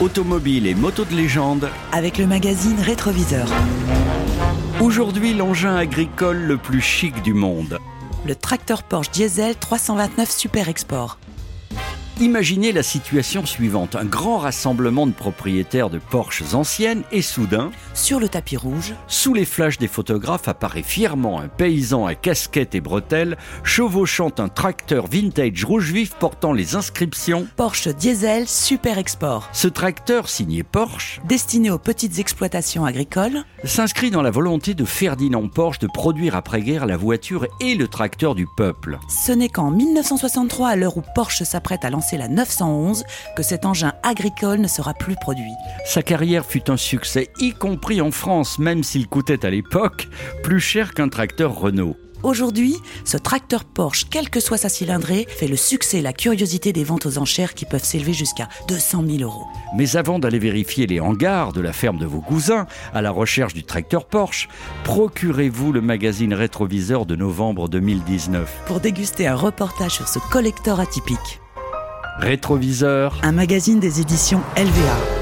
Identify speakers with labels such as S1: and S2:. S1: automobiles et motos de légende.
S2: avec le magazine Rétroviseur.
S1: Aujourd'hui, l'engin agricole le plus chic du monde.
S2: Le tracteur Porsche diesel 329 Super Export.
S1: Imaginez la situation suivante. Un grand rassemblement de propriétaires de Porsches anciennes et soudain,
S2: Sur le tapis rouge,
S1: sous les flashs des photographes apparaît fièrement un paysan à casquette et bretelles chevauchant un tracteur vintage rouge vif portant les inscriptions.
S2: Porsche diesel Super Export.
S1: Ce tracteur signé Porsche
S2: Destiné aux petites exploitations agricoles,
S1: s'inscrit dans la volonté de Ferdinand Porsche de produire après-guerre la voiture et le tracteur du peuple.
S2: ce n'est qu'en 1963, à l'heure où Porsche s'apprête à lancer la 911, que cet engin agricole ne sera plus produit.
S1: Sa carrière fut un succès, y compris en France, même s'il coûtait à l'époque plus cher qu'un tracteur Renault.
S2: Aujourd'hui, ce tracteur Porsche, quelle que soit sa cylindrée, fait le succès et la curiosité des ventes aux enchères qui peuvent s'élever jusqu'à 200 000 euros.
S1: Mais avant d'aller vérifier les hangars de la ferme de vos cousins à la recherche du tracteur Porsche, procurez-vous le magazine rétroviseur de novembre 2019.
S2: Pour déguster un reportage sur ce collector atypique,
S1: Rétroviseur
S2: un magazine des éditions LVA.